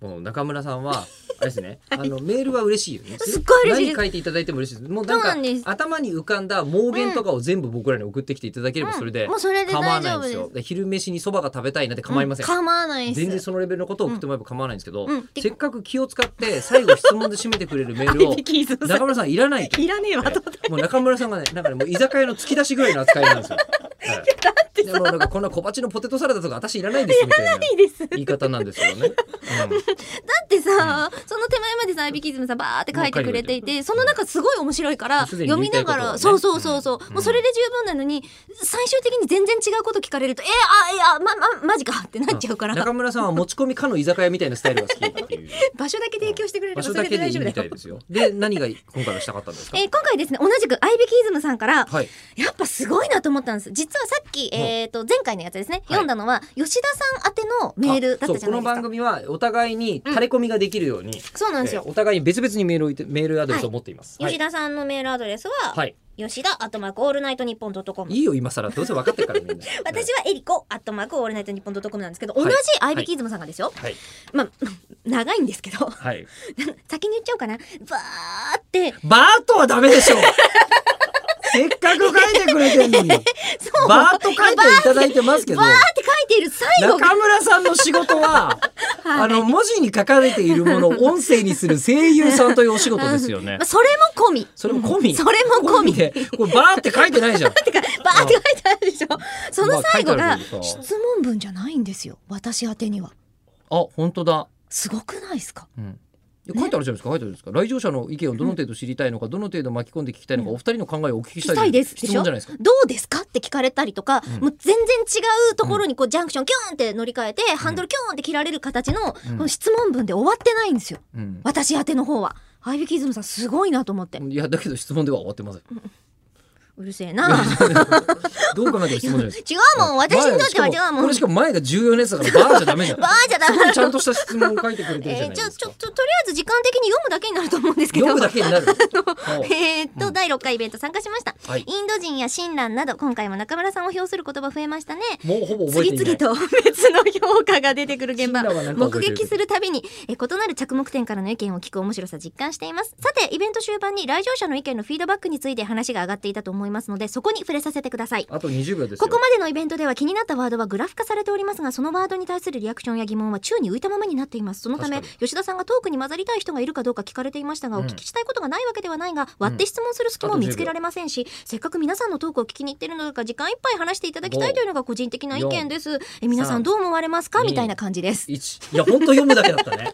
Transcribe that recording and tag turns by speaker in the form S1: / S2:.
S1: もう中村さんはあれです ね、あのメールは嬉しいよね。
S2: すっごい嬉しいで
S1: 何
S2: す
S1: 書いていただいても嬉しいです。もうなん
S2: そう
S1: か
S2: なんです
S1: 頭に浮かんだ妄言とかを全部僕らに送ってきていただければそれで
S2: もうそれで
S1: 構わ
S2: 大
S1: な
S2: 丈
S1: いんで
S2: 夫ですす
S1: よ。で昼飯にそばが食べたいなんて構いません。
S2: 構わないです
S1: 全然そのレベルのことを送ってもらえば構わないんですけど、
S2: うんうんで
S1: せっかく気を使って最後質問で締めてくれるメー ルを
S2: キーズ
S1: 中村さんいらないと。
S2: いらねえわと
S1: もう中村さんがね、なんかね、もう居酒屋の突き出しぐらいの扱いなんですよ。はい、でもうなんかこんな小鉢のポテトサラダとか私いらないですみたいない
S2: いですだ
S1: 言い方なんですよね。
S2: ってさ、その手前までさアイビキズムさバーって書いてくれていてその中すごい面白いから
S1: すでに
S2: 読
S1: 言い
S2: み
S1: たい
S2: な
S1: こと
S2: が
S1: はね
S2: ら、そうそうそうそう、
S1: うん
S2: もうそれで十分なのに最終的に全然違うこと聞かれるとえー、あいやままマジか ってなっちゃうから、
S1: うん中村さんは持ち込みかの居酒屋みたいなスタイルが好きっていう。
S2: 場所だ け提供してくれれ
S1: 場
S2: ば
S1: 所
S2: そ
S1: だ
S2: れ
S1: け
S2: で
S1: でい
S2: 大
S1: い
S2: 丈夫
S1: みた
S2: だ
S1: い
S2: よ
S1: ですよ。で、何が今回はしたかったんですか
S2: え。ー今回ですね同じくアイビキズムさんから、
S1: はい。
S2: やっぱすごいなと思ったんです実はさっき、
S1: うん
S2: えー、と前回のやつですね、読んだのは吉田さん宛ての メールだったじゃ
S1: そうこの
S2: ないで
S1: 番
S2: すかそう
S1: 組はお互いに垂れ込みができるように、
S2: なんです
S1: え
S2: よ、
S1: お互いに別々にメールをいてメールアドレスを持っています。はい
S2: 吉。田さんのメールアドレスは、
S1: はい
S2: 吉田アットマークオールナイトニッポンドットコム
S1: いいよ今更どうせ分かってるからみんな。
S2: 私はエリコアットマークオールナイトニッポンドットコムなんですけど、
S1: はい
S2: 同じアイビキズムさんがですよ、
S1: はい
S2: まあ 長いんですけど
S1: はい。
S2: 先に言っちゃおうかなバーって
S1: バートはダメで しょ。せっかく書いてくれてんのに。
S2: そう
S1: バート書いていただいてますけど
S2: バー。って書いている最後が
S1: 中村さんの仕事 は、
S2: はい
S1: あの文字に書かれているものを音声にする声優さんというお仕事ですよね
S2: まあ、。それも込み
S1: それも込み。
S2: それも込み
S1: で、これバーって書いてないじ ゃん。
S2: てかバーって書いてあるでしょその最後
S1: まあ
S2: が
S1: 書いてあるけどさ
S2: 質問文じゃないんですよ私宛てには
S1: あ、本当だ。
S2: すごくないですか
S1: うん。いや書いてあるじゃないですか、書いてあるんですか。来場者の意見をどの程度知りたいのか、どの程度巻き込んで聞きたいのか、お二人の考えをお聞き
S2: 聞
S1: した
S2: き
S1: い
S2: たいですで
S1: 質
S2: し
S1: 問じゃ
S2: ょどう
S1: ないですか。
S2: ですかって聞かれたりとか、
S1: うん
S2: もう全然違うところにこうジャンクションキューンって乗り換えて、ハンドルキューンって切られる形の,、
S1: うん
S2: の質問文で終わってないんですよ
S1: うん。
S2: 私宛ての方はアイビキズムさんすごいなと思って
S1: いや、だけど質問では終わってません。
S2: うるせえな
S1: どう考えても質問じゃないですか。
S2: 違うもん私にとっては
S1: 前し
S2: 違
S1: かも
S2: うも
S1: こ
S2: ん
S1: れしかも前が重要なやつだからバーじゃダメ じゃん。
S2: バーじゃダ
S1: す
S2: メ
S1: ごいちゃんとした質問を書いてくれてるじゃな
S2: えー、
S1: いで
S2: ちょ
S1: す
S2: ちょ
S1: か。
S2: ちょとりあえず時間的に読むだけになると思うんですけど
S1: 読むだけになる。
S2: えーっと、第6回イベント参加しました、
S1: はい
S2: インド人や親鸞など今回も中村さんを評する言葉増えましたね
S1: もうほぼ覚え
S2: 次
S1: ていない
S2: 々。と別の評価が出てくる現場
S1: 親鸞は何か覚
S2: 目
S1: えてるけど
S2: 撃するたびにえー異なる着目点からの意見を聞く面白さ実感していますさてイベント終盤に来場者の意見のフィードバックについて話が上がっていたと思いますのでそこに触れさせてください
S1: あと20秒ですよ。
S2: ここまでのイベントでは気になったワードはグラフ化されておりますがそのワードに対するリアクションや疑問は宙に浮いたままになっていますそのため
S1: 確
S2: 吉田さんがトークに混ざりたい人がいるかどうか聞かれていましたが、
S1: うん
S2: お聞きしたいことがないわけではないが割って質問する隙間を見つけられませんし、せっかく皆さんのトークを聞きに行ってるのだから時間いっぱい話していただきたいというのが個人的な意見ですえ皆さんどう思われますか
S1: 四
S2: みたいな感じです
S1: 一。いや本当読むだけだったね。